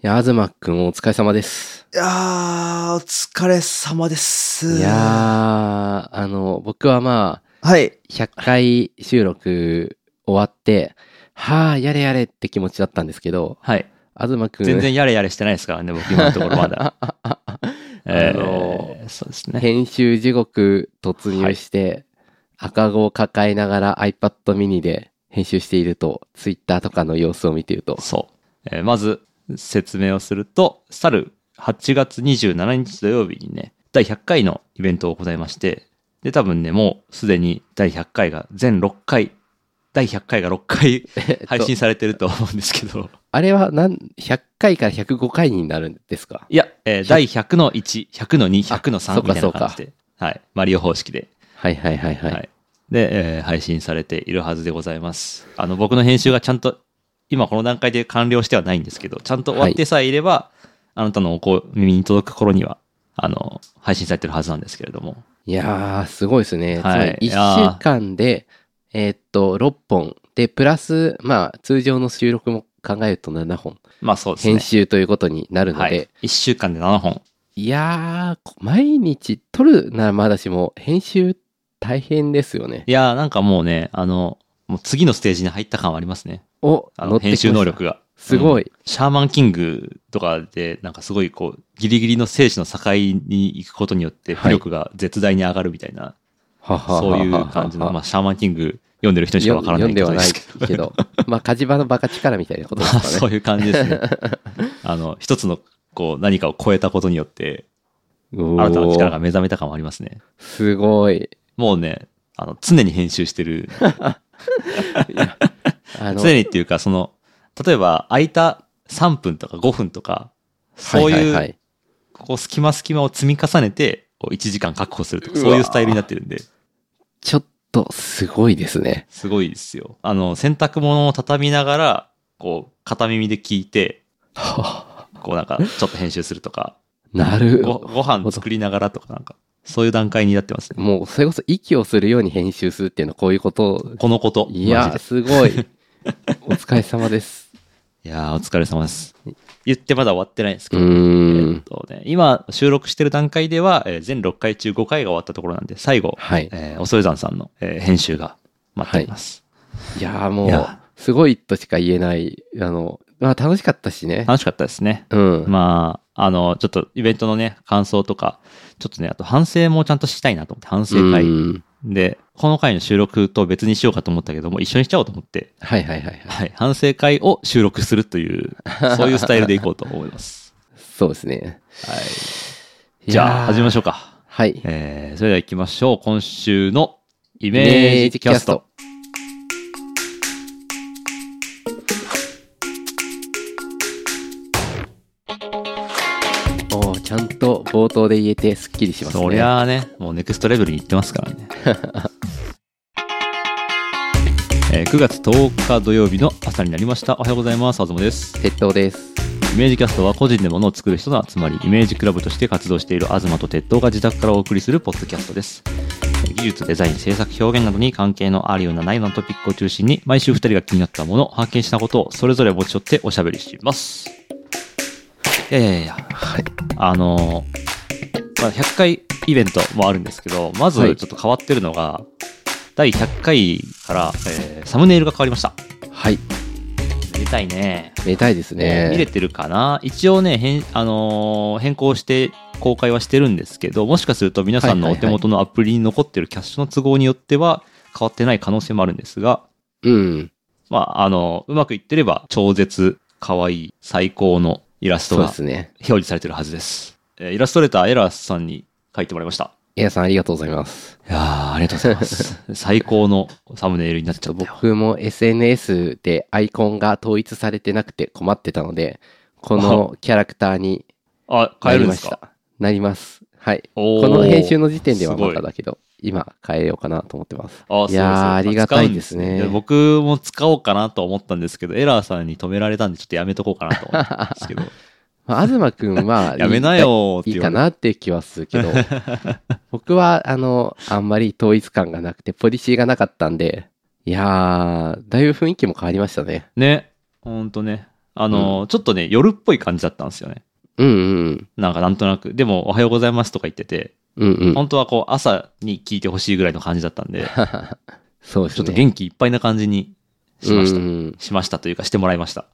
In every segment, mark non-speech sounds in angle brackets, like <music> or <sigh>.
や、東くんお疲れ様です。いやー、お疲れ様です。いやー、あの、僕はまあ、はい。 100回収録終わって、はあ、やれやれって気持ちだったんですけど、はい。東くん、全然やれやれしてないですからね、僕今のところ <laughs> まだ。えーそうですね。編集地獄突入して、赤子を抱えながら iPad mini で編集していると、Twitter とかの様子を見ていると、そう。えーまず、説明をすると、去る8月27日土曜日にね、第100回のイベントを行いまして、で、多分ね、もうすでに第100回が、全6回、第100回が6回 <laughs> 配信されてると思うんですけど、あれはなん100回から105回になるんですかいや、えー第100の1、100の2、100のあそう3かみたいな感じで、はい、マリオ方式ではいはいはいはい。はい。で、えー配信されているはずでございます。あの、僕の編集がちゃんと、今この段階で完了してはないんですけど、ちゃんと終わってさえいれば、あなたのおこ耳に届く頃には、あの、配信されてるはずなんですけれども。いやー、すごいですね。はいつまり1週間で、えーっと、6本。で、プラス、まあ、通常の収録も考えると7本。まあそうですね。編集ということになるので、はいい、。 1週間で7本。やー、毎日撮るならまだしも、編集大変ですよね。いやー、なんかもうね、あの、もう次のステージに入った感はありますね。お、あ乗の、ってきま編した集能。力が。すごうんい。シャーマンキングとかで、なんかすごいこう、ギリギリの生死の境に行くことによって、はい浮力が絶大に上がるみたいな、ははははそうはいう感じの、まあ、シャーマンキング読んでる人にしかよわからな読いんでことはでないすけど。けど、 <laughs> まあ、火事場のバカ力みたいなことでますあ、かね。 <laughs> そういう感じですね。 <laughs> あの、一つの、こう、何かを超えたことによって、おー新たな力が目覚めた感はありますね。すごい。もうね、あの、常に編集してる。あの常にっていうか、その、例えば、空いた3分とか5分とか、そうはいいはう、いはいこう、隙間隙間を積み重ねて、こう、1時間確保するとか、うわそういうスタイルになってるんで、ちょっと、すごいですね。すごいですよ。あの、洗濯物を畳みながら、こう、片耳で聞いて、こうなんか、ちょっと編集するとか、 <laughs> なるご <laughs> ご飯作りながらとかなんか、そういう段階になってますね。もうそれこそ息をするように編集するっていうのはこういうこと。このこと。いマジや、ですご <laughs> い。お疲れ様です。いやーお疲れ様です。言ってまだ終わってないんですうけど。ーえっん。とね、今、収録してる段階では、えー全6回中5回が終わったところなんで、最後、はい。えー、おそれざんさんの、えー編集が待っています。いやーもいうや、すごいとしか言えない。あの、まあ楽しかったしね。楽しかったですね。うん。まあ、あの、ちょっとイベントのね、感想とか、ちょっとね、あと反省もちゃんとしたいなと思って、反省う会。んで、この回の収録と別にしようかと思ったけども、一緒にしちゃおうと思って、はいはいはいはい。はい、反省会を収録する <laughs> という、そういうスタイルでいこうと思います。そうですね。はい。いじやーゃあ、始めましょうか。はい。えー、それでは行きましょう。今週のイメージキャスト。おーちゃんと冒頭で言えてすっきりしますね。そりゃあね、もうネクストレベルに行ってますから <laughs> ね。えー9月10日土曜日の朝になりました。おはようございます。あずもです。鉄塔です。イメージキャストは個人で物を作る人の集まり、イメージクラブとして活動している東と鉄道が自宅からお送りするポッドキャストです。技術、デザイン、制作、表現などに関係のあるようなないようなトピックを中心に、毎週2人が気になったもの、発見したことをそれぞれ持ち寄っておしゃべりします。いやいやいや、あのーまあ、100回イベントもあるんですけど、まずはいちょっと変わってるのが、第100回から、えーサムネイルが変わりました。はい。めでたいね。めでたいですね見れね。てるかな一応ね、変、あのー変更して公開はしてるんですけど、もしかすると皆さんのはいおはいは手い元のアプリに残ってるキャッシュの都合によっては変わってない可能性もあるんですが、うん。まあ、あのうまくいってれば超絶可愛い最高のイラストそうがです表ね。示されてるはずです。えーイラストレーターエラーさんに書いてもらいました。エアさんありがとうございます。いやー、ありがとうございます。 <laughs> 最高のサムネイルになっちゃったよ。僕も SNS でアイコンが統一されてなくて困ってたので、このキャラクターにあ、変なえりるんまでしすた。かなります。はい。ここの編集の時点ではすごいまだだけど、今変えようかなと思ってます。あそういやーそうありがたいですね使うんや僕も使おうかなと思ったんですけど、エラーさんに止められたんで、ちょっとやめとこうかなと思ったんで <laughs> すけど、、まあ、東くんは <laughs> やめなよーっいてい言かわれて。なっていう気はするけ <laughs> ど、僕は、あの、あんまり統一感がなくて、ポリシーがなかったんで、いやー、だいぶ雰囲気も変わりましたね。ね。ほんとね。あの、ちょっとね、夜っぽい感じだったんですよね。うんうんなんかなんとなく。でも、おはようございますとか言ってて、うん。うんうん。本当はこう、朝に聞いてほしいぐらいの感じだったんで、 <laughs> そうですちょね。っと元気いっぱいな感じにしました。うんうんしましたというか、してもらいました。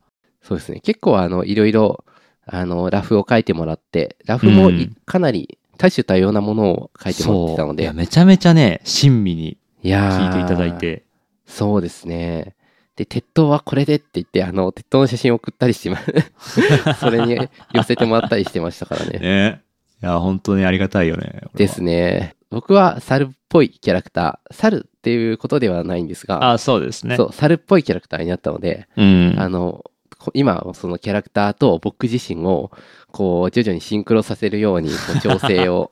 そうですね。結構、あの、いろいろ、あの、ラフを書いてもらって、ラフもいうんかなり多種多様なものを書いてもらってたのそういでや、、めちゃめちゃね、親身にいやー聞いていただい。て、そうですね。で、鉄塔はこれでって言って、あの、鉄塔の写真を送ったりしてま、 <laughs> それに寄せてもらったりしてましたからね。ね。いや、本当にありがたいよね。ですね。僕は猿っぽいキャラクター、猿っていうことではないんですが、あ、そうですね。そう、猿っぽいキャラクターになったので、うん。あの、こ今、そのキャラクターと僕自身を、こう、徐々にシンクロさせるように、こう調整 <laughs> を、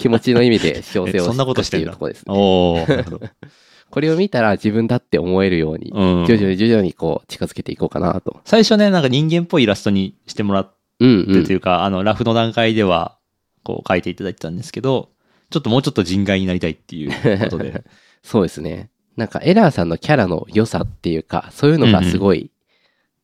気持ちの意味で調整えをそんなことしてんいるだところですね。おーな <laughs> るほど。これを見たら自分だって思えるように、うん徐々に徐々にこう、近づけていこうかなと。最初ね、なんか人間っぽいイラストにしてもらっうんうてんとい。うか、あの、ラフの段階では、こう書いていただいてたんですけど、ちょっともうちょっと人外になりたいっていうことで。 <laughs> そうですね。なんかエラーさんのキャラの良さっていうか、そういうのがすごい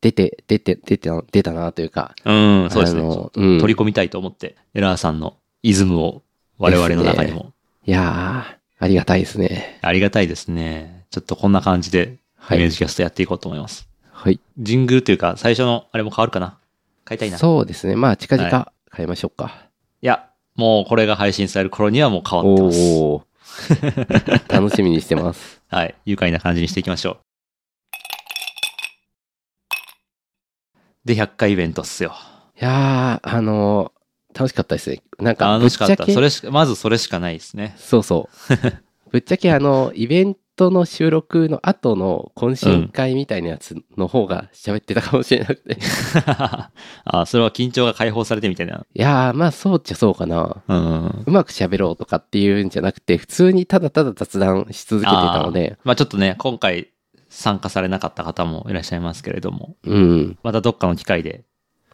出て、出て、出て、出たなというか、うん、そうですねあ。のうん取り込みたいと思って、エラーさんのイズムを我々の中にも。いやー、ありがたいですね。ありがたいですね。ちょっとこんな感じで、イはメーい。ジキャストやっていこうと思います。はい。ジングルというか、最初のあれも変わるかな変えたいな。いそうですね。まあ、近々は変えましょうか。や、もうこれが配信される頃にはもう変わってます。お <laughs> おー楽しみにしてます。はい。愉快な感じにしていきましょう。で、100回イベントっすよ。いやー、あのー楽しかったですね。なんか、ぶ楽っしちかっゃた。け、それしか、まずそれしかないですね。 <laughs> そうそう。ぶっちゃけ、あの、イベントの収録の後の懇親会みたいなやつの方が喋ってたかもしれなく <laughs> て。いあ、それは緊張が解放されてみたいな。やー、まあ、そうっちゃそうかな。うん。うまく喋ろうとかっていうんじゃなくて、普通にただただ雑談し続けてたので、まあちょっとね、今回参加されなかった方もいらっしゃいますけれども、うん。またどっかの機会で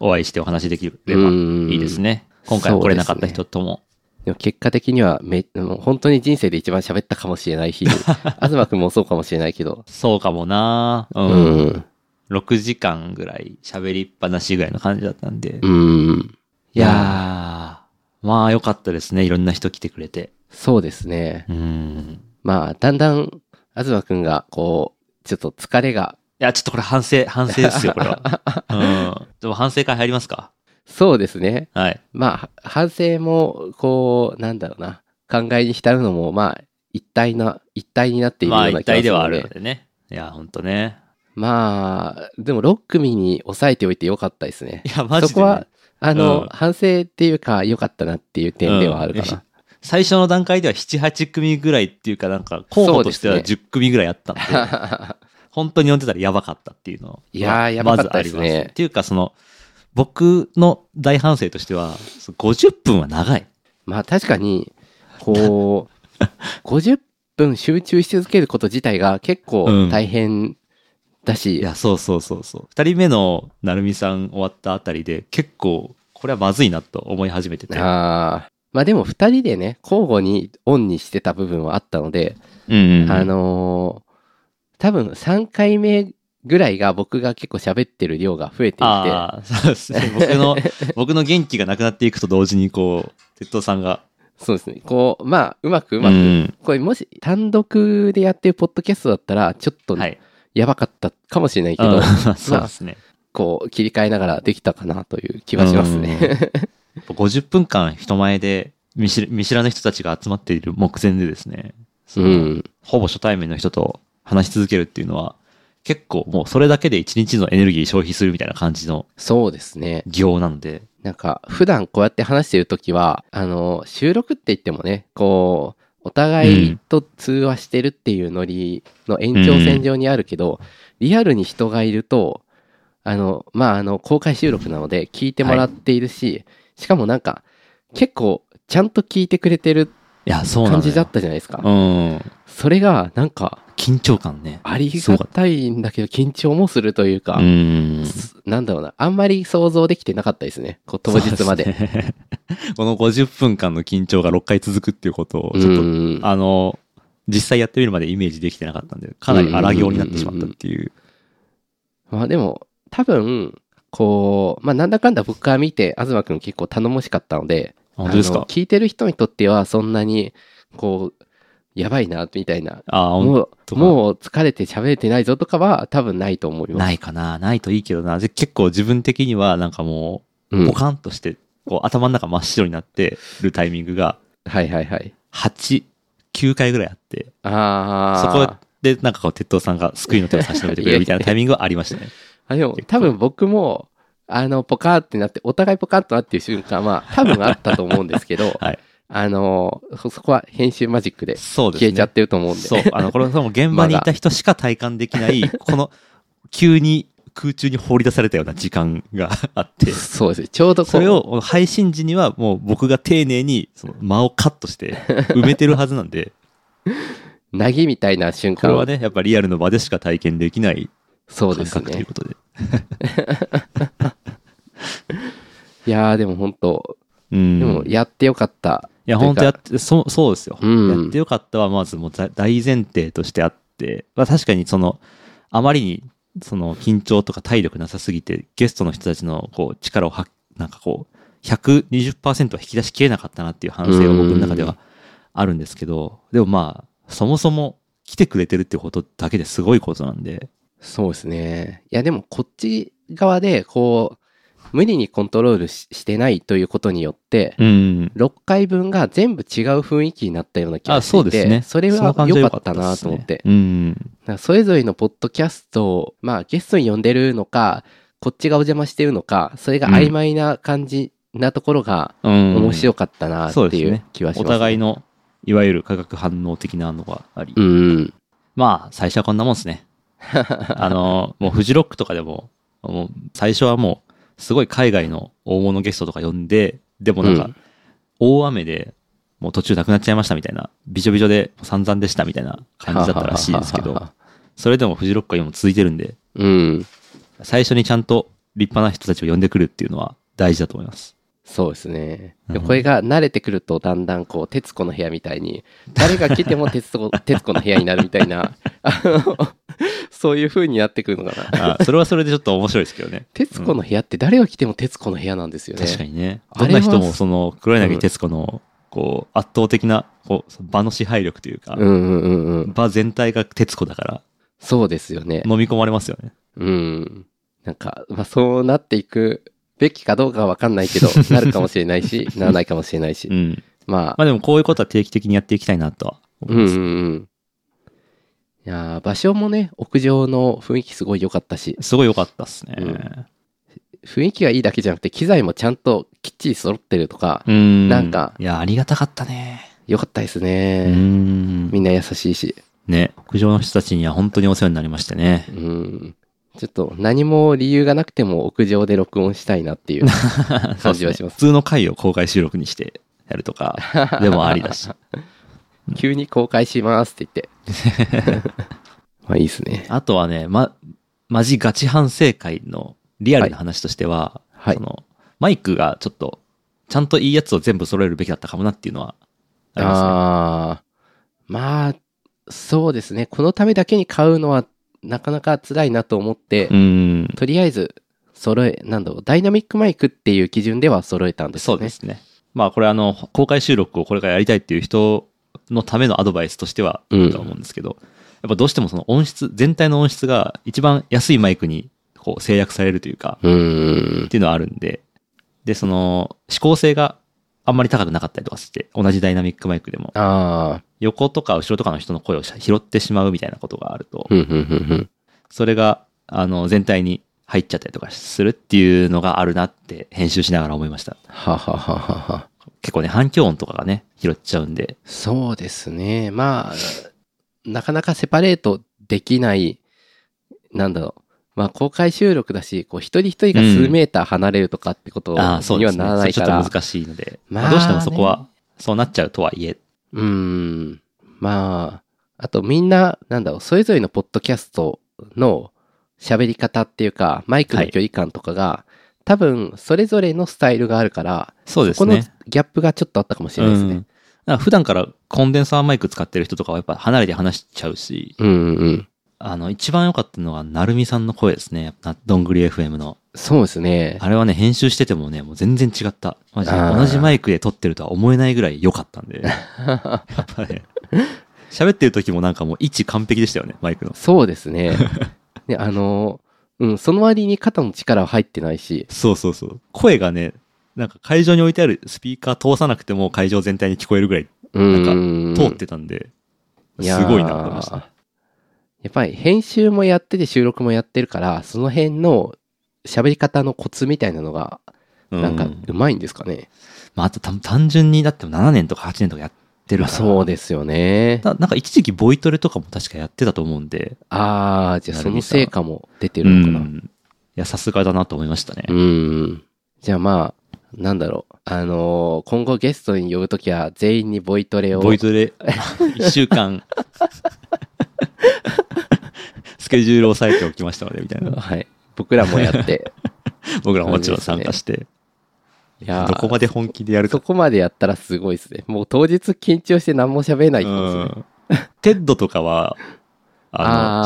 お会いしてお話できればうんいいですね。今回は来れなかっそたうですね人とも。でも結果的にはめ、もう本当に人生で一番喋ったかもしれない日 <laughs> に、東くんもそうかもしれないけど、そうかもなう。うんん。 6時間ぐらい喋りっぱなしぐらいの感じだったんで。うん。いやー、まあ良かったですね。いろんな人来てくれて。そうですね。うん。まあ、だんだん、東くんが、こう、ちょっと疲れが、いや、ちょっとこれ反省、反省ですよ、こ <laughs> れは。うん。でも反省会入りますかそうですね。はい。まあ、反省も、こう、なんだろうな、考えに浸るのも、まあ、一体な、一体になっているよまうあ、な一気がする体ではあのるでの。でね。いや、ほんとね。まあ、でも6組に抑えておいてよかったですねい。や、マジでね、そこは、あの、うん反省っていうか、良かったなっていう点ではあるかな。最初の段階では7、8組ぐらいっていうか、なんか、候補としてはそうです10組ぐらいあった <laughs> んで、本当に読んでたらやばかったっていうのは。いやーやばかったですねまずありますっていうか、その、僕の大反省としては、その50分は長い。まあ確かに、こ <laughs> う、50分集中し続けること自体が結う構ん大変だし、いや、そうそうそうそう。二人目のなるみさん終わったあたりで、結構、これはまずいなと思い始めてて。あーまあでも2人でね、交互にオンにしてた部分はあったので、うんうんあのー多分3回目ぐらいが僕が結構喋ってる量が増えていて、ああ、そうですね。僕 <laughs> の、僕の元気がなくなっていくと同時に、こう、鉄道さんが。そうですね、こう、まあうまくううまく、んこれもし単独でやってるポッドキャストだったら、ちょっとはい。やばかったかもしれないけど、うんそうですね。こう切り替えながらできたかなという気はしますね。やっぱ50分間人前で見知見知らぬ人たちが集まっている目前でですね、そのうんほぼ初対面の人と話し続けるっていうのは、結構もうそれだけで一日のエネルギー消費するみたいな感じのそうですね。行なんで、なんか、普段こうやって話してるときは、あの、収録って言ってもね、こう、お互いと通話してるっていうノリの延長線上にあるけど、リアルに人がいると、あの、まあ、あの、公開収録なので聞いてもらっているし、しかもなんか、結構、ちゃんと聞いてくれてるいや、そうなん。感じだったたじゃないですか。うん。それが、なんか、緊張感ね。ありがたいんだけど、緊張もするというかう、ん。なんだろうな、あんまり想像できてなかったですね。こう当日まで。そうすねこの50分間の緊張が6回続くっていうことを、ちょっと、うんあの、実際やってみるまでイメージできてなかったんで、かなり荒行になってしまったっていう。まあでも、多分、こう、まあ、なんだかんだ僕から見て、東くん結構頼もしかったので、本当ですあのか聞いてる人にとってはそんなに、こう、やばいな、みたいな。ああ、本もう、当かもう疲れて喋れてないぞとかは多分ないと思います。ないかな。ないといいけどな。で結構自分的にはなんかもうう、ん。はポいカンとして、こう頭の中真っ白になってるタイミングが、はいはい。 8、9回ぐらいあって、あそあ。こでなんかこう、鉄道さんが救いの手を差し伸べてくれるみたいなタイミングはありましたね。あ、でも結構多分僕も、あの、ポカーってなって、お互いポカーっとなっていう瞬間は、多分あったと思うんですけど、 <laughs> はいあの、そそこは編集マジックでそうです消ね。えちゃってると思うんで。そう、あの、これはもう現場にいた人しか体感できない、この、急に空中に放り出されたような時間があって、そうですね。ちょうどこうそれを配信時にはもう僕が丁寧にその間をカットして埋めてるはずな <laughs> んで、なぎみたいな瞬これ間はね、やっぱリアルの場でしか体験できないそう感です覚というね。ことで。いやー、でも本当、うん。でもいやってよかった。や、本当やって、そう、そうですよ。うんやってよかったは、まずもうざ大前提としてあって、まあ確かにその、あまりに、その、緊張とか体力なさすぎて、ゲストの人たちの、こう、力をは、なんかこう、120%は引き出しきれなかったなっていう反省は僕の中ではあるんですけど、でもまあ、そもそも来てくれてるってことだけですごいことなんで、そうですね。いや、でもこっち側で、こう、無理にコントロールししてないということによって、うん。 6回分が全部違う雰囲気になったような気があ、していてそうですね。それのは感じ良良かったなと思ってですねうん。だからそれぞれのポッドキャストを、まあ、ゲストに呼んでるのかこっちがお邪魔してるのかそれが曖昧な感じなところがうん面白かったなってそうでいすうね気はします、お互いのいわゆる化学反応的なのがあり、うんまあ最初はこんなもんで <laughs> すねあのもうフジロックとかでももう最初はもうすごい海外の大物ゲストとか呼んででもなんうかん大雨でもう途中なくなっちゃいましたみたいなびちょびちょで散々でしたみたいな感じだったらしいですけははどははそれでもフジロックは今も続いてるんで <laughs> うん最初にちゃんと立派な人たちを呼んでくるっていうのは大事だと思いますそうですね、でうんこれが慣れてくるとだんだんこう「徹子の部屋」みたいに誰が来ても徹子 <laughs> 徹子の部屋になるみたいな <laughs> あのそういう風になってくるのかなあそれはそれでちょっと面白いですけどね徹子の部屋って誰が来ても徹子の部屋なんですよね。確かにね。あどんれはな人も、その、黒柳徹子の、こう、圧倒的な、こう、その場の支配力というか、うんうんうんうん。場全体が徹子だから、そうですよね。飲み込まれますよね。うん。なんか、まあ、そうなっていくべきかどうかはわかんないけど、なるかもしれないし、ならないかもしれないし <laughs> う。ん。まあま、あでも、こういうことは定期的にやっていきたいなとは思うんうんいうます。ん。いやー場所もね、屋上の雰囲気すごい良かったし、すごい良かったっすね。雰囲気がいいだけじゃなくて、機材もちゃんときっちり揃ってるとか、うんなんかいや、ありがたかったね。良かったですうね。ん。みんな優しいし。ね、屋上の人たちには本当にお世話になりましてねう。ん。ちょっと何も理由がなくても屋上で録音したいなっていう <laughs> <laughs> 感じはします普。通の回を公開収録にしてやる <laughs> とか、でもありだし。急に公開しますって言 <laughs> って。まあいいですね。あとはね、ま、マジガチ反省会のリアルな話としては、はいその、マイクがちょっと、ちゃんといいやつを全部揃えるべきだったかもなっていうのはありまああーまあ、そうですね。このためだけに買うのはなかなか辛いなと思って、すね。うん。とりあえず揃え、なんだろう、ダイナミックマイクっていう基準では揃えたんですそようでね。すね。まあこれあの、公開収録をこれからやりたいっていう人のためのアドバイスとしてはあうんると思うんですけど、やっぱどうしてもその音質、全体の音質が一番安いマイクにこう制約されるというか、うーっん。ていうのはあるんで、で、その、指向性があんまり高くなかったりとかして、同じダイナミックマイクでも。ああ、横とか後ろとかの人の声を拾ってしまうみたいなことがあるとう、ん、うん、うん、それが、あの、全体に入っちゃったりとかするっていうのがあるなって編集しながら思いました。ははははは。結構ね、反響音とかがね、拾っちゃうんで、そうですね。まあ、なかなかセパレートできない、なんだろう。まあ、公開収録だし、こう、一人一人が数メーター離れるとかってことにああ、そうではすね。ならそなれいちょかっら。と難しいので、まあまあどうしてもそこは、そうなっちゃうとはいえ、うーん。まあ、あとみんな、なんだろう、それぞれのポッドキャストの喋り方っていうか、マイクの距離感とかが、多分、それぞれのスタイルがあるから、そうでこすのね。ギャップがちょっとあったかもしれないですね。ん。だから普段からコンデンサーマイク使ってる人とかはやっぱ離れて話しちゃうし、うん、うん、あの、一番良かったのは、なるみさんの声ですね。などんぐり FM の。そうですね。あれはね、編集しててもね、もう全然違った。マジで。あー同じマイクで撮ってるとは思えないぐらい良かっ <laughs> たんで。やっぱね。喋ってる時もなんかもう位置完璧でしたよね、マイクの。そうです <laughs> ね。ね、あの、うん、その割に肩の力は入ってないし、そうそうそう。声がね、なんか会場に置いてあるスピーカー通さなくても会場全体に聞こえるぐらいうん。通ってたんで、すごいなと思いましたね。やっぱり編集もやってて収録もやってるから、その辺の喋り方のコツみたいなのが、うなんかんうまいんですかね。まあ、あとた単純にだって7年とか8年とかやってるまあから。そうですよね。ななんか一時期ボイトレとかも確かやってたと思うんで。ああ、じゃあその成果も出てうるのかな。ん。いや、さすがだなと思いましたね。うん。じゃあまあ、なんだろう。あのー今後ゲストに呼ぶときは全員にボイトレを。ボイトレ、1 <laughs> 週間、スケジュールを押さえておきましたので、みたいな。はい。僕らもや <laughs> って。僕らももちろん参加して。いやーどこまで本気でやるかそ。こまでやったらすごいですね。もう当日緊張して何も喋れない人ですね。うんテッドとかは、あ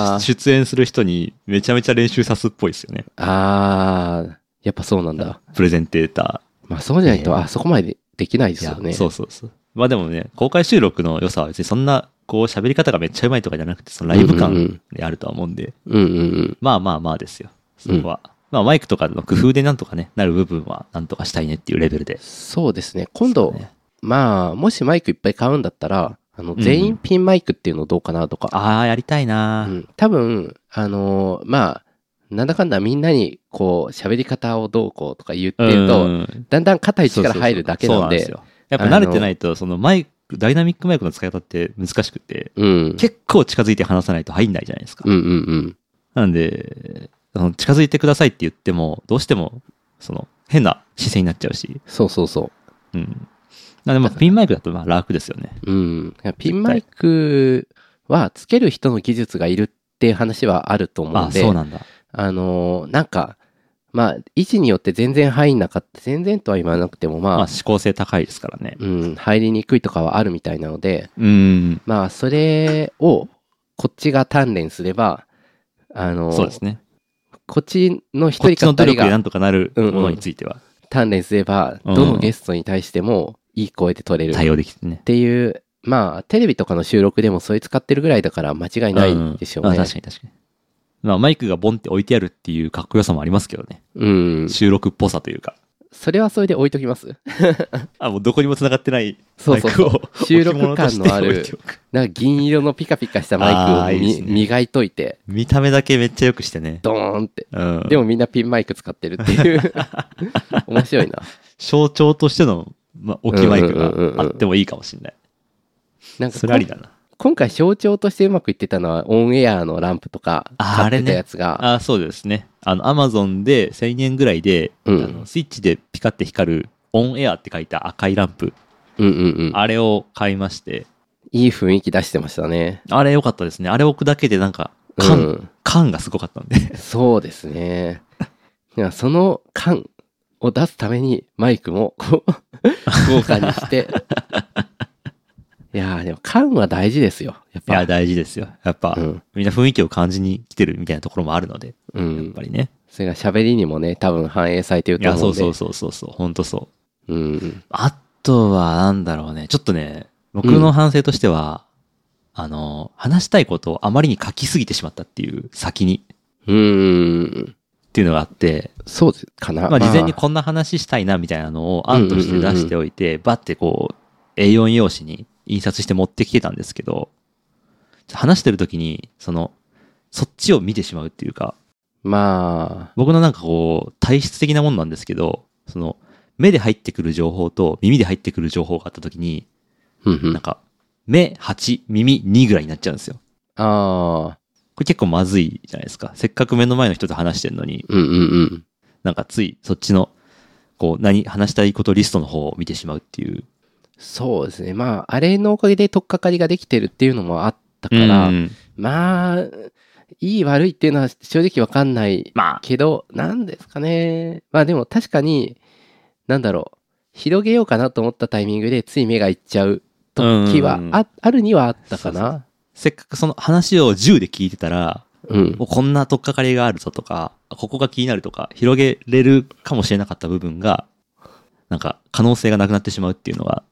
の、あー出演する人にめちゃめちゃ練習さすっぽいですよね。ああ、やっぱそうなんだ。プレゼンテータまあそうじゃないと、ねあそこまでできないでー。すよいやね。そうそうそう。まあでもね、公開収録の良さは別にそんな、こう喋り方がめっちゃうまいとかじゃなくて、そのライブうんうんう感んであるとは思うんで、うんうんうん。まあまあまあですよ。そこは。まあマイクとかの工夫でなんとかね、なる部分はなんとかしたいねっていうレベルで。そうですね。今度、ねまあ、もしマイクいっぱい買うんだったら、あの、んうん全員ピンマイクっていうのどうかなとか。ああ、やりたいなうー、ん、多分、あのーまあ、なんだかんだみんなに、こう、喋り方をどうこうとか言ってると、うんだんだん肩一そうそからうそう入るだけなんで、そうすよやっぱ慣れてないと、そのマイク、ダイナミックマイクの使い方って難しくて、うん。結構近づいて話さないと入んないじゃないですか。うんうんうん。なんで、あの近づいてくださいって言っても、どうしても、その、変な姿勢になっちゃうし、そうそうそうん。なんで、まあ、ピンマイクだと、まあ、楽ですよね。う。うん。ピンマイクは、つける人の技術がいるっていう話はあると思うあんで、そうなんだ。あのーなんか、まあ、位置によって全然入んなかった、全然とは言わなくても、まあ、まあ、指向性高いですからね。うん、入りにくいとかはあるみたいなので、うん。まあ、それを、こっちが鍛錬すれば、あのーそうですね。こっちの一こっ人ちのか努二人力でながんとかなるものについては鍛錬すれば、うんどのゲストに対してもいい声で取れるっ対応できてね。ていう、まあ、テレビとかの収録でもそれ使ってるぐらいだから間違いないんでしょううんね。あ確かに確かに。まあ、マイクがボンって置いてあるっていうかっこよさもありますけどね。うん。収録っぽさというか。それはそれで置いときます。あ、もうどこにも繋がってないそマうイそうクそをう。収録感のあ置いるておくなんか銀色のピカピカしたあマーイクをみいいですね磨いといて、見た目だけめっちゃ良くしてね。ドーンって。うん。でもみんなピンマイク使ってるって <laughs> いう。面白いな。象徴としての、まあ、置きマイクうんうんうんうんがあってもいいかもしれない。なんかそれありだな。今回象徴としてうまくいってたのはオンエアのランプとかあー買あっれてねたやつが、あそうですね。あの、アマゾンで1000円ぐらいで、うんあのスイッチでピカって光るオンエアって書いた赤いランプ、うんうんうん。あれを買いまして、いい雰囲気出してましたね。あれ良かったですね。あれ置くだけでなんか、う感、ん。感がすごかったんで。そうですね。いやその感を出すためにマイクもこ <laughs> う豪華にして。いやーでも感は大事ですよ。やっいぱ。や、大事ですよ。やっぱ、うんみんな雰囲気を感じに来てるみたいなところもあるので、うやっんぱ。りね。それが喋りにもね、多分反映されてるいとや、思そううんで。そうそうそうそう、ほんとそう。うん。あとは、なんだろうね。ちょっとね、僕の反省としては、あの、話したいことをあまりに書きすぎてしまったっていう、先に、っうん。ていうのがあって、そうですかな。まあ、事前にまあこんな話したいな、みたいなのを案として出しておいて、バッてこう、A4 用紙に印刷して持ってきてたんですけど、話してる時に、その、そっちを見てしまうっていうか、まあ、僕のなんかこう、体質的なもんなんですけど、その、目で入ってくる情報と耳で入ってくる情報があった時に、うんうなんん。か、目8、耳2ぐらいになっちゃうんですよ。ああ、これ結構まずいじゃないですか。せっかく目の前の人と話してるのに、うんうんうん。なんかついそっちの、こう、何、話したいことリストの方を見てしまうっていう。そうですね。まあ、あれのおかげで取っかかりができてるっていうのもあったかだからら、、まあ、いい悪いっていうのは正直わかんないまあ、けど、なんですかね。まあでも確かに、なんだろう。広げようかなと思ったタイミングでつい目がいっちゃう時はうんああるにはあったかな。せっかくその話を10で聞いてたら、うんもうこんな取っかかりがあるぞとか、ここが気になるとか、広げれるかもしれなかった部分が、なんか可能性がなくなってしまうっていうのは、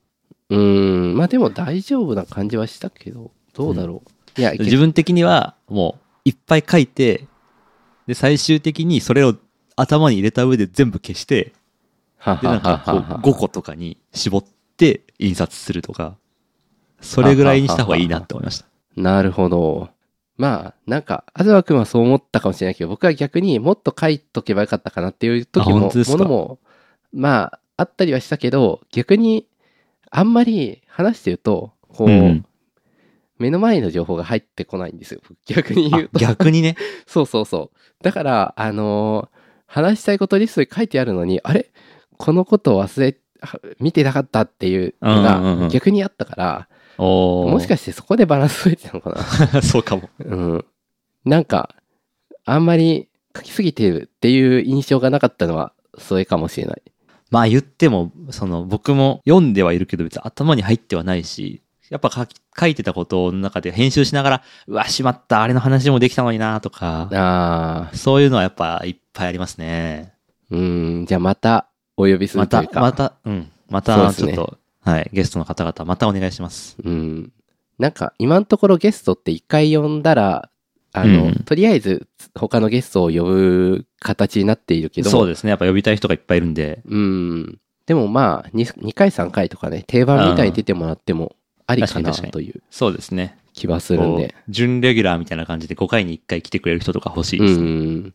うんまあでも大丈夫な感じはしたけどどうだろう、いや自分的にはもういっぱい書いて、で、最終的にそれを頭に入れた上で全部消して、はで、はなんはかこうはは5個とかに絞って印刷するとか、それぐらいにした方がいいなって思いました。なるほどまあなんか東君はそう思ったかもしれないけど僕は逆にもっと書いとけばよかったかなっていう時あも本当ですもかのもまああったりはしたけど逆にあんまり話してるとこう、うん目の前の情報が入ってこないんですよ逆に言うとあ <laughs> 逆にね、そうそうそう。だから、あのー話したいことリストに書いてあるのに、あれこのことを忘れ、は見てなかったっていうのうんうんうがん逆にあったから、おーもしかしてそこでバランス取れてたのかな <laughs> そうかも。うん。なんか、あんまり書きすぎてるっていう印象がなかったのは、それかもしれない。まあ言っても、その僕も読んではいるけど別に頭に入ってはないし、やっぱ書き書いてたことの中で編集しながら、うわ、しまった、あれの話もできたのになとか、あそういうのはやっぱいっぱいありますね。ー、うん、じゃあまたお呼びすまるとたいう、か。また、うん。まそうた、ですちょっねと、はい、ゲストの方々、またお願いします。うん。なんか、今のところゲストって一回呼んだら、あの、うんとりあえず他のゲストを呼ぶ形になっているけど、そうですね。やっぱ呼びたい人がいっぱいいるんで、うん。でもまあ2、2回3回とかね、定番みたいに出てもらってもありか確かなに確かにというそうですね。気はするんでこ。う準レギュラーみたいな感じで5回に1回来てくれる人とか欲しいうですね。ん。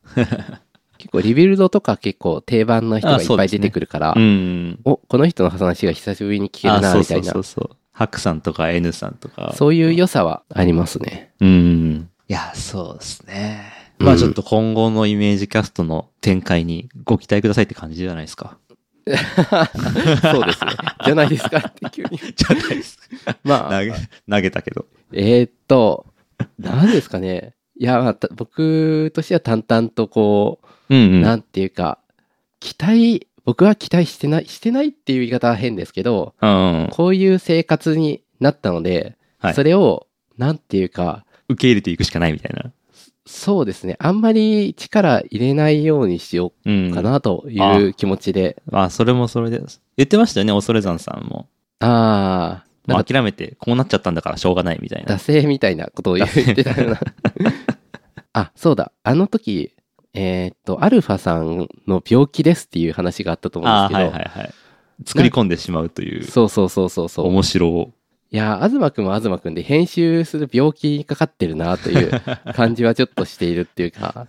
結構リビルドとか結構定番の人がいっぱい出てくるから、うん。お、この人の話が久しぶりに聞けあるな、そうみたそいうなそ。うそう。ハクさんとか N さんとか。そういう良さはありますね。 <laughs> うん。いや、そうですね。うまあんちょっと今後のイメージキャストの展開にご期待くださいって感じじゃないですか。そうですね。じゃないですかって急に。 <laughs> じゃないですま投あ、げ、投げたけど。えーっと、何ですかね。いや、まあた僕としては淡々とこうんう、うん。なんていうか、期待、僕は期待してない、してないっていう言い方は変ですけど、うん。こういう生活になったので、はいそれを、なんていうか、受け入れていくしかないみたいな。そうですね、あんまり力入れないようにしようん。うかなという気持ちで、まあ、それもそれです。言ってましたよね、恐山さんも。ああ、もなうんか、諦めて、こうなっちゃったんだからしょうがないみたいな惰。性みたいなこと <laughs> を言ってたような。 <laughs> あ、そうだ。あの時、えーっと、アルファさんの病気ですっていう話があったと思うんあであすー、けど、はいはいはい。作り込んでしまうという、そうそうそうそうそう。い面白を。やー、東くんは東くんで編集する病気にかかってるなという感じはちょっとしているっていう <laughs> か、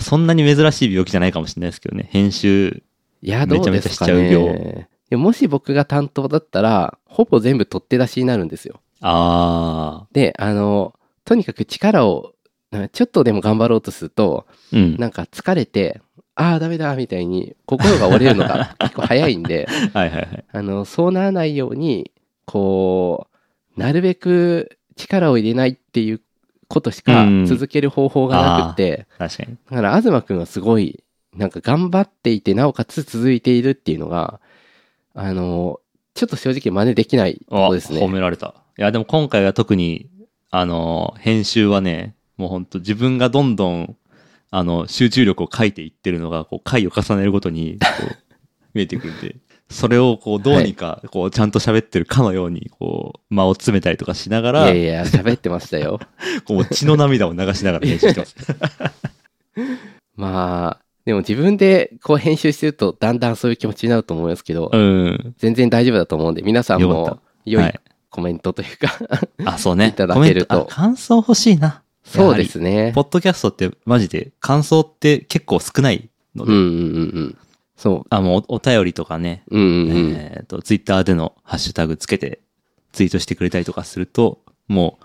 そんなに珍しい病気じゃないかもしれないですけどね、編集。いやー、どうですかめちゃめちゃしちゃうね。でももし僕が担当だったら、ほぼ全部取って出しになるんですよ。あで、あの、とにかく力を、なんかちょっとでも頑張ろうとすると、あ、うん。なんか疲れて、ああ、ダメだ、みたいに、心が折れるの <laughs> が結構早いんで、はいはいはい。あの、そうならないように、こう、なるべく力を入れないっていうことしかうん続ける方法がなくて、確かに。だから、東くんはすごい、なんか頑張っていて、なおかつ続いているっていうのが、あの、ちょっと正直真似できないとあこです褒ね。められた。いや、でも今回は特に、あの、編集はね、もう本当自分がどんどん、あの、集中力を書いていってるのが、こう、回を重ねるごとに、こう <laughs> 見えてくるんで、それを、こう、どうにか、こう、ちゃんと喋ってるかのように、こう、間を詰めたりとかしながいら、やいや、喋ってましたよ。こう、血の涙を流しながら <laughs> 編集してます。まあ、でも自分でこう編集してると、だんだんそういう気持ちになると思いますけど、うん。全然大丈夫だと思うんで、皆さんよかっも良はいコメントという <laughs> か、あ、そうね。いただけるとコメントあ感想欲しいな。そうですね。ポッドキャストってマジで感想って結構少ないのうんうで、んうんうん。そあ、もうおお便りとかね、う。うんうんうん。えっ、と、ツイッターでのハッシュタグつけてツイートしてくれたりとかすると、もう、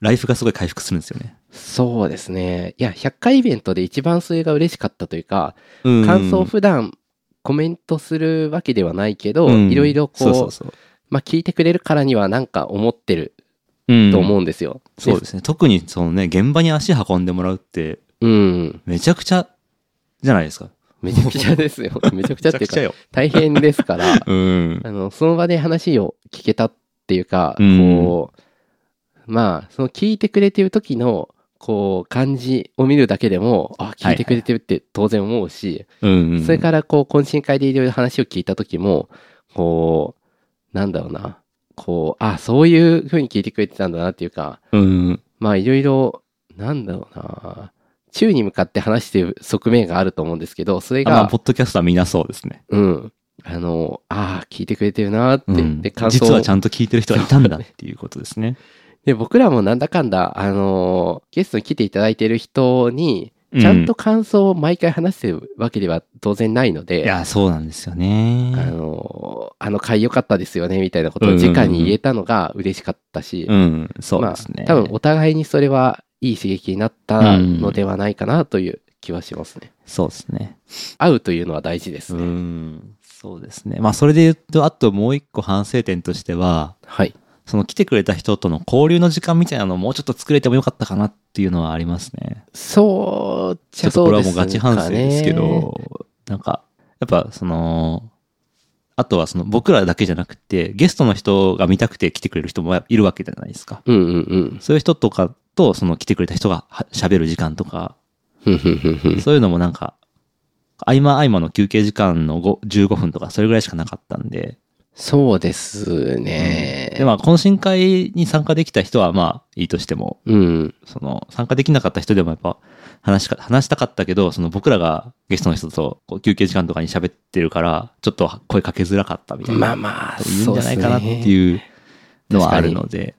ライフがすごい回復するんですよね。そうですね。いや、100回イベントで一番それが嬉しかったというか、うん感想を普段コメントするわけではないけど、うんいろいろこう、そうそうそう。まあ聞いてくれるからにはなんか思ってるうんと思うんですよ。そうですね。特にそのね、現場に足運んでもらうって、うん。めちゃくちゃ、じゃないですか。めちゃくちゃです <laughs> よ。めちゃくちゃっていうか、よ。大変ですから。 <laughs> うん。あの、その場で話を聞けたっていうか、うんこう、まあ、その聞いてくれてる時の、こう、感じを見るだけでも、あ、聞いてくれてるって当然思うし、うんうん。それから、こう、懇親会でいろいろ話を聞いた時も、こう、なんだろうな、こう、あ、そういう風に聞いてくれてたんだなっていうか、ら、うん。まあ、いろいろ、なんだろうな、宙に向かって話してる側面があると思うんですけど、それあまあ、がポ、ッドキャストはみんなそうですね。うん、あの、ああ、聞いてくれてるなって、うんで、感想実はちゃんと聞いてる人がいたんだっていうことですね。で、僕らもなんだかんだ、あのーゲストに来ていただいてる人に、ちゃんと感想を毎回話してるわけでは当然ないのうん。いで、や、そうなんですよあね。のーあの回良かったですよね、みたいなことをうんうんうん直に言えたのが嬉しかったし、うん、そうですね。まあ、多分お互いにそれはいい刺激になったのではないかなという気はしますね。そうですね。会うというのは大事ですうね。ん。そうですね。まあ、それで言うと、あともう一個反省点としては、はい。その来てくれた人との交流の時間みたいなのをもうちょっと作れてもよかったかなっていうのはありますね。そう、ちょっとこれはもうガチ反省ですけ。ど、なんか、やっぱその、あとはその僕らだけじゃなくて、ゲストの人が見たくて来てくれる人もいるわけじゃないですか。うんうんうんそういう人とかと、その来てくれた人がは喋る時間とか、ふんふんふんふん。そういうのもなんか、合間合間の休憩時間のご15分とか、それぐらいしかなかったんで、 <laughs> そうですね。で、まあ、懇親会に参加できた人は、まあ、いいとしても、うん。その、参加できなかった人でもやっぱ、話しか、話したかったけど、その僕らがゲストの人とこう休憩時間とかに喋ってるから、ちょっと声かけづらかったみたいな。まあまあ、いるんそうじですゃないねかなっていうのはあるので。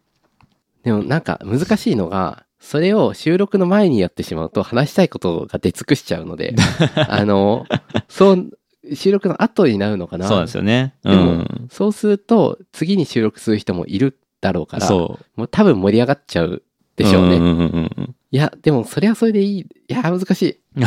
でもなんか難しいのが、それを収録の前にやってしまうと話したいことが出尽くしちゃうの <laughs> で、あの、そう、収録の後になるのかな。そうなんですよね。うでもん。そうすると、次に収録する人もいるだろうから、そう。もう多分盛り上がっちゃうでしょうね。んいんうんうん <laughs> や、でもそれはそれでいい。いや、難しい。い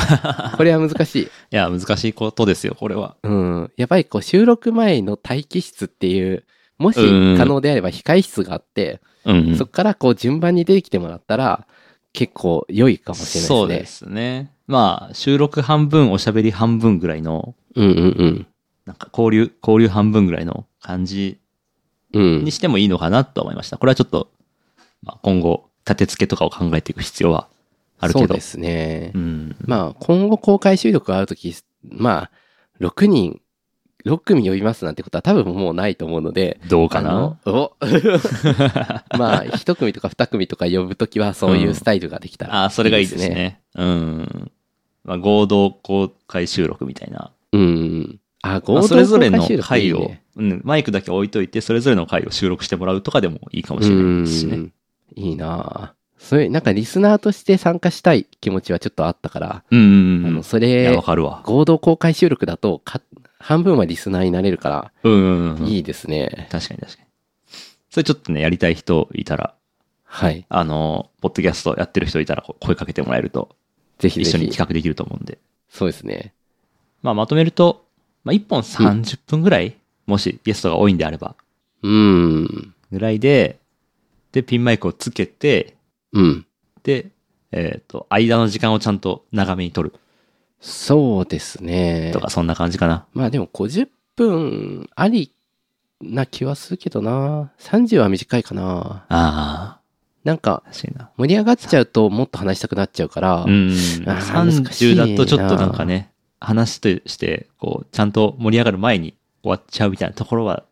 これは難しい。や、難しいことですよ、これは。うん。やっぱりこう収録前の待機室っていう、もしうん可能であれば控え室があって、うんうんそこからこう順番に出てきてもらったら結構良いかもしれそうないでですすね。まあ、収録半分、おしゃべり半分ぐらいの、ね。うんうんなんか交流、交流半分ぐらいの感じうん。うんに。してもいいのかなと思いました。これはちょっと、まあ、今後、立て付けとかを考えていく必要はあるけど。そうですね。うん。まあ今後公開収録があるとき、まあ6人、6組呼びますなんてことは多分もうないと思うので、どうかなあのお <laughs> まあ1組とか2組とか呼ぶときはそういうスタイルができたらああ、それがいいです。ね。うん。まあ、合同公開収録みたいな。うんうん。あ、合まあ同公それ開ぞれの収録い回いをねうん、マイクだけ置いといて、それぞれの回を収録してもらうとかでもいいかもしれないですしうね。んいいなあそれ、なんかリスナーとして参加したい気持ちはちょっとあったから、うんうんあうん。の、いそや、れわ、かるわ。合同公開収録だとか、半分はリスナーになれるから、うんうんうん。いいですね。確かに確かに。それちょっとね、やりたい人いたら、はい。あの、ポッドキャストやってる人いたらこう声かけてもらえると、ぜひ一ぜ緒にひ。企画できると思うんで。そうですね。まあ、まとめると、まあ、1本30分ぐらい、もしゲストが多いんであれば、うん。ぐらいで、で、ピンマイクをつけて、うん。で、えっ、と、間の時間をちゃんと長めに取るそうですねと。か、そんな感じかな。まあでも50分ありな気はするけどな。30は短いかな。あなんかあ、、確かにな。盛り上がっちゃうともっと話したくなっちゃうから、うん。あー難し30いなだとちょっとなんかね、話として、こう、ちゃんと盛り上がる前に終わっちゃうみたいなところは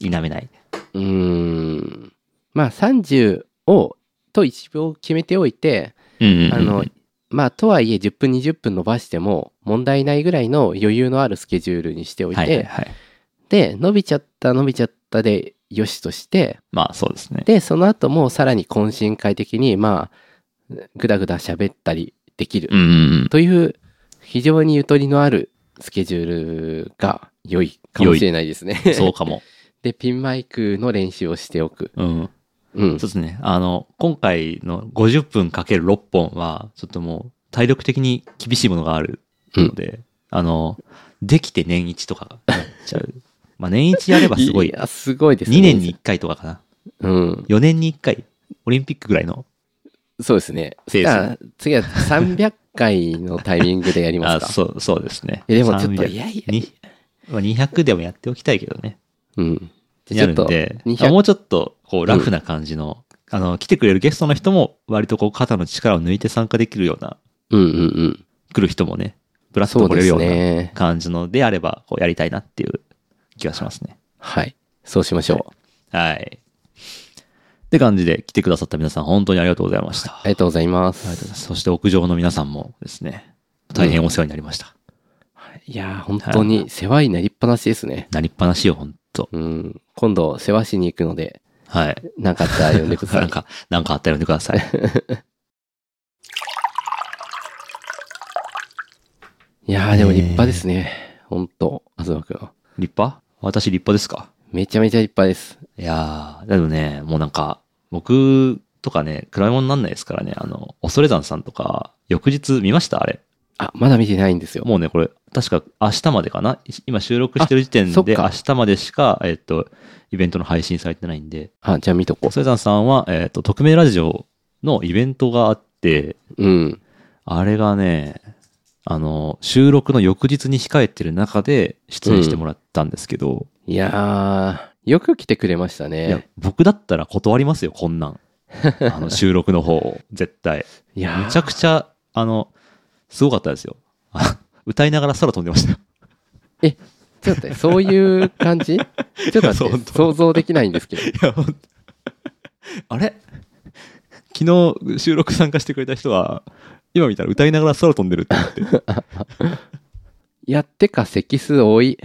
否めない。うーんまあ30をと1秒決めておいて、うんあのまあとはいえ10分20分伸ばしても問題ないぐらいの余裕のあるスケジュールにしておいて、はいはいはい。で伸びちゃった伸びちゃったでよしとしてまあ、そうですね。でその後もさらに懇親会的にまあぐだぐだ喋ったりできるうんうんという非常にゆとりのあるスケジュールが良いかもしれないですねうん。そうかも。 <laughs> でピンマイクの練習をしておく、うん。うん、そうですね。あの、今回の50分かける6本は、ちょっともう体力的に厳しいものがあるので、あの、できて年一とかがなっちゃ <laughs> う。まあ年一やればすごい。や、すごいですね。 2年に1回とかかな。うん。 4年に1回。オリンピックぐらいの。そうですね。ペースじゃあ、次は300回のタイミングでやりまあすか。そう、そうですね。えでもちょっと、 300いやいや。にまあ200でもやっておきたいけどね。うん。になるんで、 200あもうちょっと、こう、ラフな感じのあの、来てくれるゲストの人も、割とこう、肩の力を抜いて参加できるような、うんうんうん。来る人もね、ブラッとそう来れでするようなね。感じのであれば、こう、やりたいなっていう気がしますね。はい。そうしましょう。はい。って感じで、来てくださった皆さん、本当にありがとうございました。ありがとうございまありがとうございす。ますそして屋上の皆さんもですね、大変お世話になりました。いやー、本当に世話になりっぱなしですね。なりっぱなしよ、本当うん。今度、世話しに行くので、はい。なんかあったら呼んでくださ <laughs> ないん。か、なんかあったら呼んでください。いやー、でも立派ですね。本当東くん。立派私立派ですかめちゃめちゃ立派です。いやー、だけどね、もうなんか、僕とかね、比べ物になんないですからね、あの、恐山さんとか、翌日見ましたあれ。あ、まだ見てないんですよ。もうね、これ、確か明日までかな今収録してる時点あそっで、か明日までしか、えっと、イベントの配信されてないんで、あ、じゃあ見とこ恐山さんは、えっと、匿名ラジオのイベントがあって、う。うん。あれがね、あの、収録の翌日に控えてる中で出演してもらったんですけど、いやー、よく来てくれましたいやね。、僕だったら断りますよ、こ <laughs> んなん。あの、収録の方を、絶対。いやー、めちゃくちゃ、あの、すごかったですよ。あ歌いながら空飛んでましたよ。ちょっと待って、そういう感 <laughs> じちょっと待そうっ本て、当想像できないんですけど。いや、ほんとあれ昨日収録参加してくれた人は、今見たら歌いながら空飛んでるって <laughs> 思って。いや、ってか席数多い。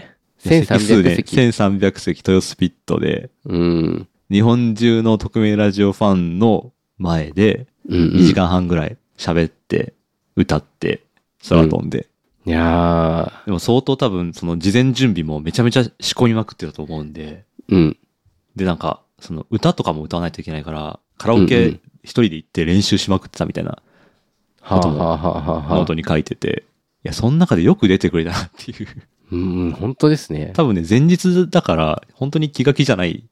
1300席。 1300席、豊洲ピットで、うん。日本中の匿名ラジオファンの前で、うん、うん。 2時間半ぐらい喋って、歌って、空飛んで。いやでも相当多分、その事前準備もめちゃめちゃ仕込みまくってたと思うんで、ー、うん。で、なんか、その歌とかも歌わないといけないから、カラオうんうケん一人で行って練習しまくってたみたいなはことあ、もはあはあはあノーはトに書いてて、いや、その中でよく出てくれたなっていう。 <laughs> うん、本当ですね。多分ね、前日だから、本当に気が気じゃない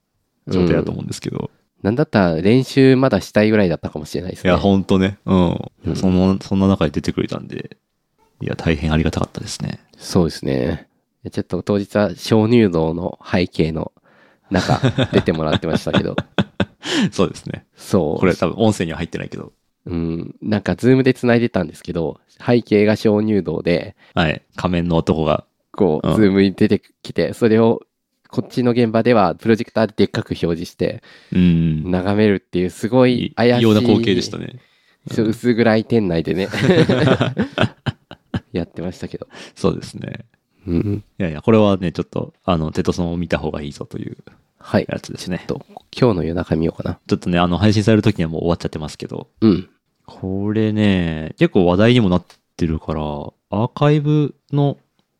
状態だと思うんですけど、なんだったら練習まだしたいぐらいだったかもしれないですいね。や、ほんとね。うん。うんその、そんな中で出てくれたんで、いや、大変ありがたかったですね。 <laughs> そうですね。いやちょっと当日は鍾乳洞の背景の中出てもらってました <laughs> けど、そうですね。そう。これ多分音声には入ってないけど。うん。なんかズームで繋いでたんですけど、背景が鍾乳洞で、はい。仮面の男が。こうう、んズームに出てきて、それをこっちの現場ではプロジェクターででっかく表示してうん。眺めるっていうすごい怪しい。異様な光景でしたね。そう薄暗い店内で <laughs> ね。やってましたけど。そうですね。うん。いやいや、これはね、ちょっと、あの、テトソンを見た方がいいぞというはい。やつですね。と、今日の夜中見ようかな。ちょっとね、あの、配信される時にはもう終わっちゃってますけど、うん。これね、結構話題にもなってるから、アーカイブの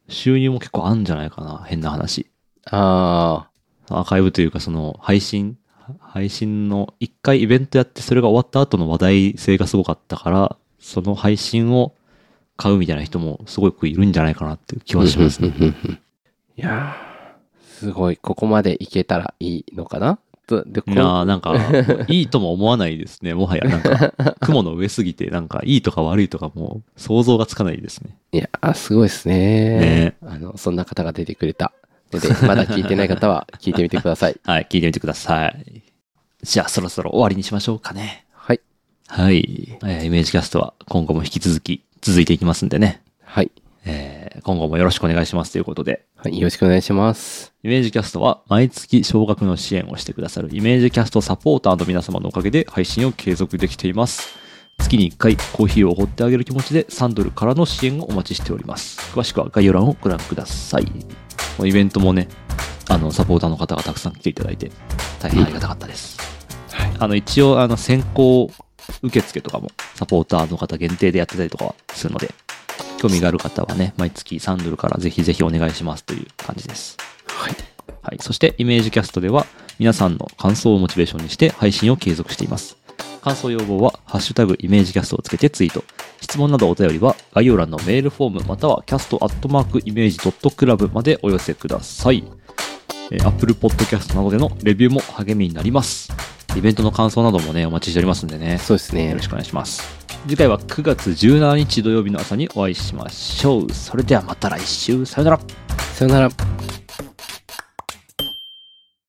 収入も結構あるんじゃないかな。変な話。あアーカイブというか、その、配信、配信の一回イベントやって、それが終わった後の話題性がすごかったから、その配信を買うみたいな人もすごくいるんじゃないかなっていう気ー。はしますね。うんうんうんうんいやーすごい、ここまでいけたらいいのかなとで、こいやーなんか、いいとも思わないですね。もはや、なんか、雲の上すぎて、なんか、いいとか悪いとかも、想像がつかないですね。いやーすごいですねねあの、そんな方が出てくれた。ので、まだ聞いてない方は聞いてみてください。はい、聞いてみてください。じゃあ、そろそろ終わりにしましょうかね。はい。はい。えーイメージキャストは、今後も引き続き、続いていきますんでね。はい。えー今後もよろしくお願いしますということで、はい、よろしくお願いします。イメージキャストは毎月少額の支援をしてくださるイメージキャストサポーターの皆様のおかげで配信を継続できています。月に1回コーヒーをおごってあげる気持ちで3ドルからの支援をお待ちしております。詳しくは概要欄をご覧ください。このイベントもね、あの、サポーターの方がたくさん来ていただいて、大変ありがたかったです。あの、一応、あの、先行受付とかもサポーターの方限定でやってたりとかはするので、興味がある方はね、毎月3ドルからぜひぜひお願いしますという感じです。はい。はい。そして、イメージキャストでは、皆さんの感想をモチベーションにして配信を継続しています。感想要望は、ハッシュタグイメージキャストをつけてツイート。質問などお便りは、概要欄のメールフォームまたは、キャストアットマークイメージドットクラブまでお寄せください。えー Apple Podcast などでのレビューも励みになります。イベントの感想などもね、お待ちしておりますんでね。そうですねよろ。しくお願いします。次回は9月17日土曜日の朝にお会いしましょう。それではまた来週。さよなら。さよなら。